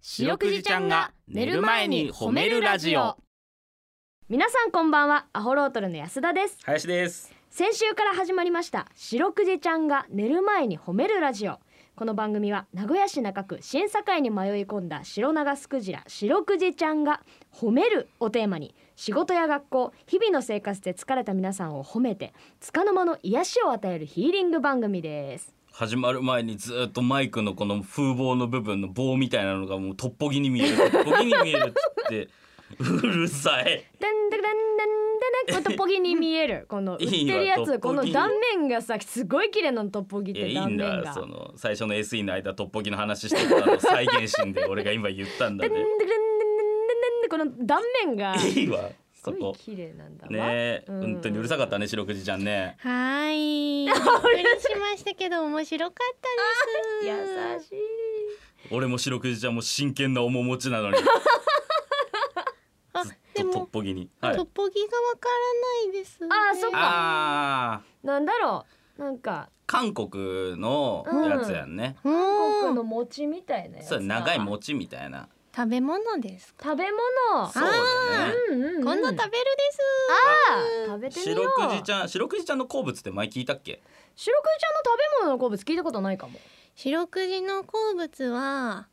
白くじちゃんが寝る前に褒めるラジオ皆さんこんばんはアホロートルの安田です林です先週から始まりました白くじちゃんが寝る前に褒めるラジオこの番組は名古屋市中区新堺に迷い込んだ白長スクジラ白くじちゃんが褒めるをテーマに仕事や学校日々の生活で疲れた皆さんを褒めて束の間の癒しを与えるヒーリング番組です始まる前にずっとマイクのこの風防の部分の棒みたいなのがもうトッポギに見えるトッポギに見えるっつってうるさいダンダンダンダンダンこのトッポギに見えるこの売ってるやいいわトつッポこギの断面がさすごい綺麗なのトッポギっいやていいん断面がだその最初の SE の間トッポギの話してたのを再現心で俺が今言ったんだダンダンでダンダンダンダンこの断面がいいわすそごいこ綺麗なんだわねえうん本当にうるさかったね白くじちゃんねはーい。びっくりしましたけど面白かった優です。しい俺も白くじちゃんも真剣な面持ちなのにずっあ、とトでッもポギに、はトッい、ポギがわからないです、ね。あーそっかあーなんだろうなんか韓国のやつやんね、う僕んの餅みたいなやつそう長い餅みたいな食べ物です。食べそう物だねうんうんうん今度食べるです。あ食べてみよう白くじちゃん白くじちゃんの好物って前聞いたっけ白くじちゃんの食べ物の好物聞いたことないかも白くじの好物は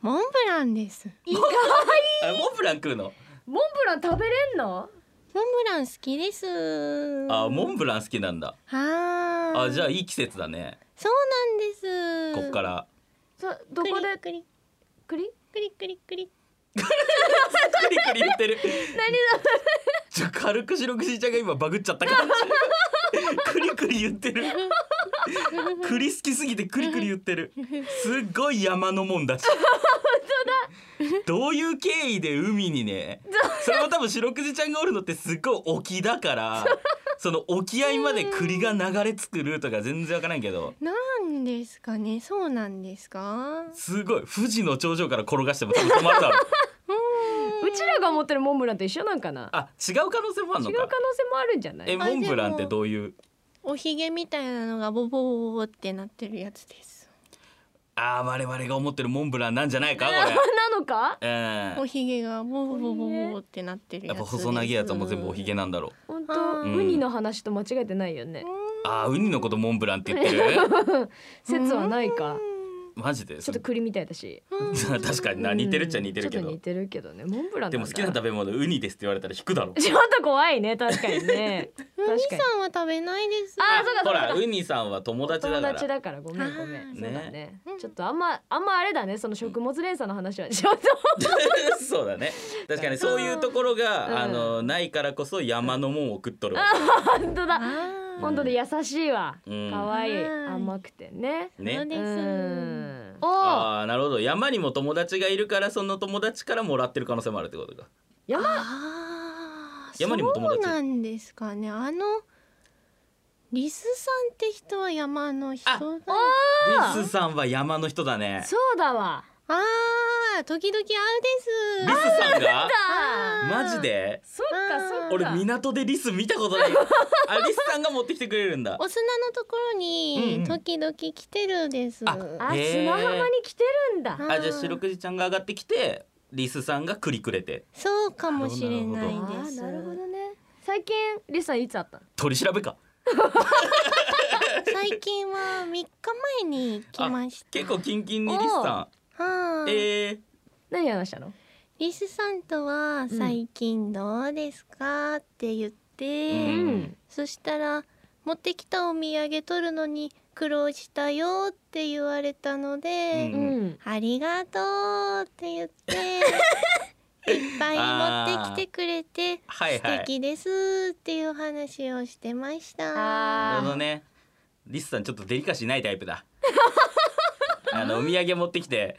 モンブランです。いいかあモンブラン食うのモンブラン食べれんのモンブラン好きです。あモン。ンブラン好きなんだはーい。あじゃあいい季節だねそうなんです。。こっかららさどこでクリ栗クリクリクリ。クリクリ言ってる何だ軽く白くじちゃんが今バグっちゃった感じクリクリ言ってるクリ好きすぎてクリクリ言ってるすっごい山のもんだし本当だどういう経緯で海にねそれも多分白くじちゃんがおるのってすっごい沖だからその沖合まで栗が流れ着くルートが全然わからんけどなんですかね。そうなんですか。すごい富士の頂上から転がしても多分止まるだろううちらが持ってるモンブランと一緒なんかなあ違う可能性もある違のう可能か性もあるんじゃないええもモンブランってどういうおひげみたいなのがボボボボボってなってるやつです。あー我々が思ってるモンブランなんじゃないかこなのかれうん おひげがボボボボボボってなってるややっつぱです。細長いやつはもう全部おひげなんだろう本当、うんウニの話と間違えてないよねあーウニのことモンブランって言っ てる説はないかマジでちょっと栗みたいだし 確かにな似てるっちゃ似てるけうんちょっとど似てるけどねモンブランでも好きなだ食べ物ウニですって言われたら引くだろちょっと怖いね確かに ね確ウニかさにんは食べないです。あーそうかほそうからウニさんは友達だ友か達らだからごめんごめん、あーそうだねうんちょっとあんまあんまあれだねその食物連鎖の話はちょっとそうだね確かにそういうところが、うんあのないからこそ山のもんを食っとるわ本当だあー本当で優しいわうん可愛いはい甘くてねねそうでうす。んおーああーなるほど山にも友達がいるからその友達からもらってる可能性もあるってことか山ああ、山にも友達そうなんですかね。あのリスさんって人は山の人だ。あああーリスさんは山の人だねそうだわあー、時々会うリです。スさんがだーマジでそっかそっか俺港でリス見たこと ないあリスさんが持ってきてくれるんだお砂のところうんうにん時々来てるです。ああへー砂浜に来てるんだああじゃあ白くじちゃんが上がってきてリスさんがくりくれてそうかもしれないあでーす。なるほどね最近リスさんいつ会ったの取り調べか最近は三日前に来ました。結構キンキンにリスさはんい、えー、何話したのリスさんとは最近どうですかって言って、ううんんそしたら持ってきたお土産取るのに苦労したよって言われたので、うんうんありがとうって言って いっぱい持ってきてくれてはい素はい敵ですっていう話をしてました。なあるほどーねリスさんちょっとデリカシーないタイプ だあのお土産持ってきて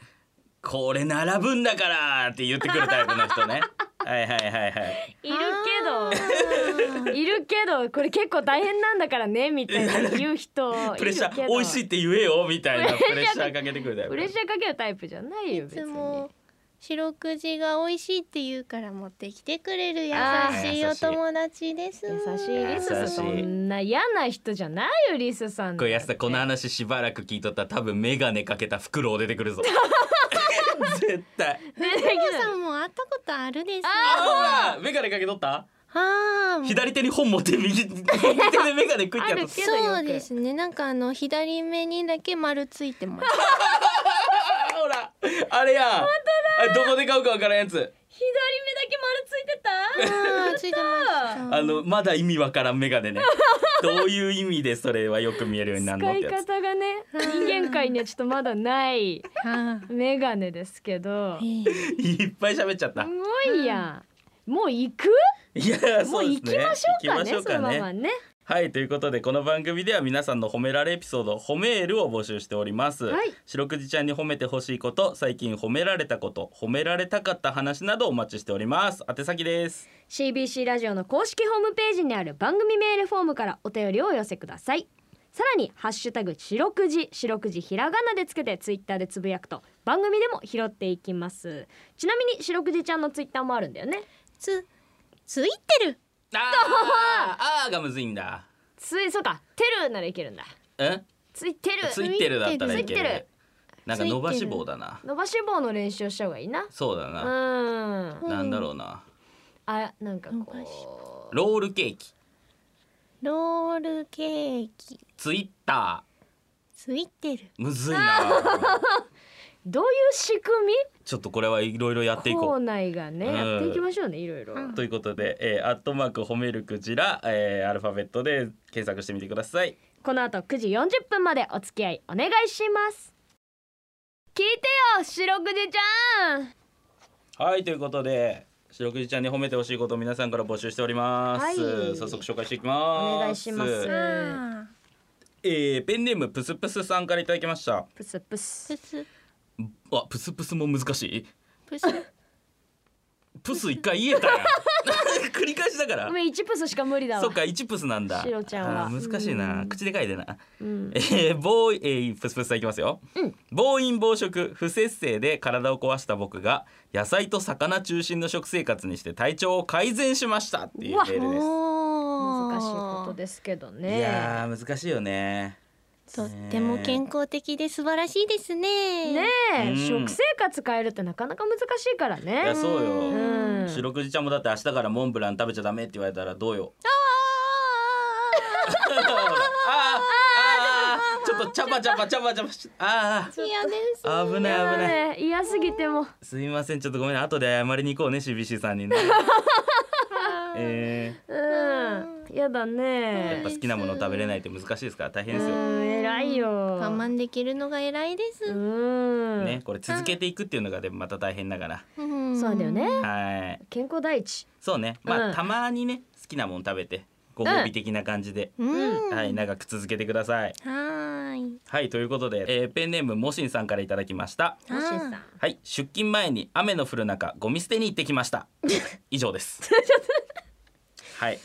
これ並ぶんだからって言ってくるタイプの人ねはいはいはいはいいるけけどどいるけどこれ結構大変なんだからねみた いな言う人プレッシャいるけーど美味しいって言えよみたいなプレッシャーかけてくるタイププレッシャーかけるタイプじゃないよい別つにも白くじが美味しいって言うから持ってきてくれる優あーしいお友達です。優しいリスさん優しいそんな嫌な人じゃないよリスさん これ安田この話しばらく聞いとったら多分メガネかけたフクロウ出てくるぞ 絶対出てき 皆たさんも会ったことあるですね。あほら眼鏡かけとったあー左手に本持って右手で眼鏡クイッてやっあるとけどよくそうですね。なんかあの左目にだけ丸つい てます。あほらあれやあれどこで買うかわからんやつ左目だけ丸ついてた あーついてました。あのまだ意味わからん眼鏡ねどういう意味でそれはよく見えるようになるのって使いやつ方がね人間界にはちょっとまだないはメガネですけどあ。ええいっぱい喋っちゃっすたごいやんもう行くいやもそううで行すきねましょうかね行きましょうそのかまねまねはいということでこの番組では皆さんの褒められエピソード褒めールを募集しております、はい白くじちゃんに褒めてほしいこと最近褒められたこと褒められたかった話などお待ちしております宛先です CBC ラジオの公式ホームページにある番組メールフォームからお便りをお寄せくださいさらに「ハッシュタグ四六時」四六時ひらがなでつけてツイッターでつぶやくと番組でも拾っていきますちなみに四六時ちゃんのツイッターもあるんだよねつついてる。あーあーがむずいんだついそうか「てる」ならいけるんだうん「ついてる」ついてるだったらいけついてるるなんか伸ばし棒だな伸ばし棒の練習をした方がいいなそうだうな、んんなんだろうなあなんか伸ばしこうロールケーキロールケーキツイッタついてる。ーむずいなどういう仕組みちょっとこれはいろいろやっていこう校内がねうんやっていきましょうねいろいろうんということで、えー、アットマーク褒めるクジラ、えー、アルファベットで検索してみてください。この後9時40分までお付き合いお願いします聞いてよ白くじちゃんはいということで白くじちゃんに褒めてほしいことを皆さんから募集しております。はい早速紹介していきます。お願いしますうんあえー、ペンネームプスプスさんからいただきました。プスプースプスあプスプスも難しい。プス。プス一回言えた やん。繰り返しだからご。めん1プスしか無理だわそっか一プスなんだ。白ちゃんはあー難しいな。うん口でかいでな。うんえー、暴えー、プスプスさんいきますよ、うん暴飲暴食不節制で体を壊した僕が野菜と魚中心の食生活にして体調を改善しましたっていうメールですお難しいことですけどいねやー難しいよねす。とっても健康的で素晴らしいですね。ねえ、うん食生活変えるってなかなか難しいからいやねそうよ、うん白くじちゃんもだって明日からモンブラン食べちゃダメって言われたらどうよあーあーちょっとチャパチャパチャパチャパしあいやです。あ危ないや危だないね嫌すぎてもすみませんちょっとごめんね後で謝りに行こうね CBC さんにねえーうんやだやっねぱ好きなものを食べれないって難しいですから大変ですうよ。ん偉いよ我慢できるのが偉いです。うん、ね、これ続けていくっていうのがでもまた大変だから。うんそうだよね。はい。健康第一そうね。まあ、うんたまにね好きなもの食べてご褒美的な感じで、うん。はい長く続けてください。はーい。はいということで、えーペンネームもしんさんからいただきました。もしんさんあはい出勤前に雨の降る中ゴミ捨てに行ってきま した。以上です。はい。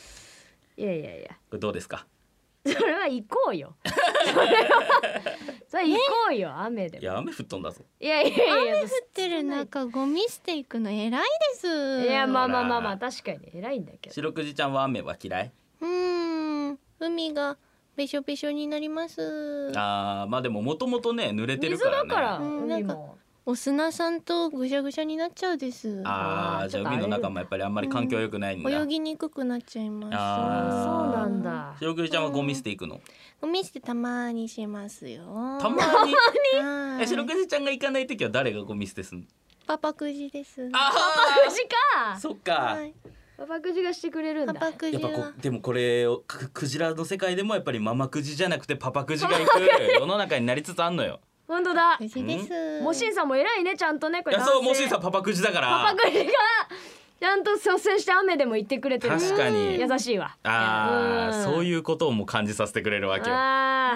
いやいやいや これどうですか。それは行こ うよ。それは、それは行こうよ、雨でいも。や雨降っとんだぞ。いやいやいや、雨降ってる中ゴミ捨ていくの偉いです。いや、まあまあまあまあ、ほ確かに偉いんだけど。白くじちゃんは雨は嫌い。うん。海がべしょべしょになります。ああまあでももともとね濡れてる水からね。だから、うん海も。お砂さんとぐしゃぐしゃになっちゃうです。あああーじゃあちょっと海の中もやっぱりあんまり環境良くないんだ。泳ぎにくくなっちゃいます。そうあーなん。だ。白くじちゃんはゴミ捨ていくの。ゴミ捨てたまにしますよ。たまに。はえ白い。くじちゃんが行かない時は誰がゴミ捨てすんの。パパくじです。あパあパくじか。そっかは。い。パパくじがしてくれるんパだ。パくやじっぱこは。でもこれをくクジラの世界でもやっぱりママクジじゃなくてパパクジが 行く世の中になりつつあんのよ。本当だく。じです。もしんさんも偉いね、ちゃんとね、こいれ。やそうも男性しさんパパクジだから。パパくじが。ちゃんと率先して雨でも行ってくれてる。確かに優しいわ。ああ、んそういうことをも感じさせてくれるわけよ。ああ、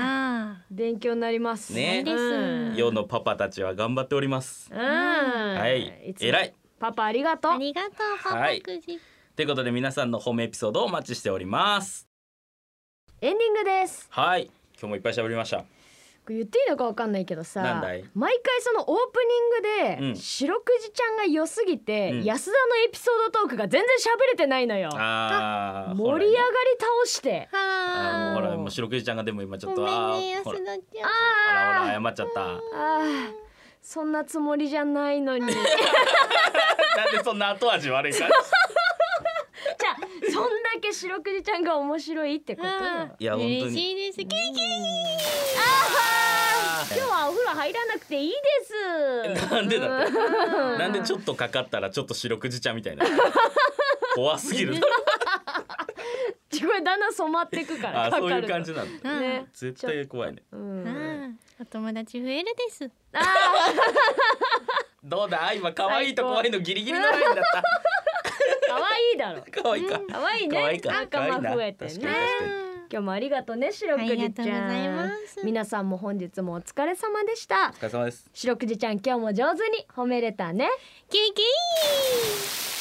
あ勉強になります。ねうん世のパパたちは頑張っております。うん。ははい偉い。パパありがとあ。あう。りがとうパパはいくじ。ということで皆さんの褒めエピソードをお待ちしております。エンディングです。はい、今日もいっぱい喋りました。これ言っていいのかわかんないけどなんさだい、毎回そのオープニングうんで白くじちゃんが良すぎて、うん安田のエピソードトークが全然喋れてないのよ。ああ、盛り上がり倒して。あーもうほはら、もう白くじちゃんがでも今ちーょい。っごと、めんあねー安ほら、田ちゃん。ほら、ほらあ謝っちゃった。 あ、あそんなつもりじゃないのにじゃなんでそんな後味悪い感あそんだけ白くじちゃんが面白いってことよあいや本当に嬉しいですキンキン今日はお風呂入らなくていいでじすなんでだってあーなんでちょっとかかったらちょっと白くじちゃんみたいな怖すぎるちょこれだんだん染まってくからあかかそうるいう感じなんだうんね絶対怖いねうあんーお友達増えるですどうだ今可愛いと最高怖いのギリギリのラインだっ可愛いだろた可愛いか可愛い可愛ねいか仲可愛いな間増えて確かにね今日もありがとうね白くじちゃありがとうございんます皆さんも本日もお疲れ様でしたお疲れ様です白くじちゃん今日も上手に褒めれたねキンキン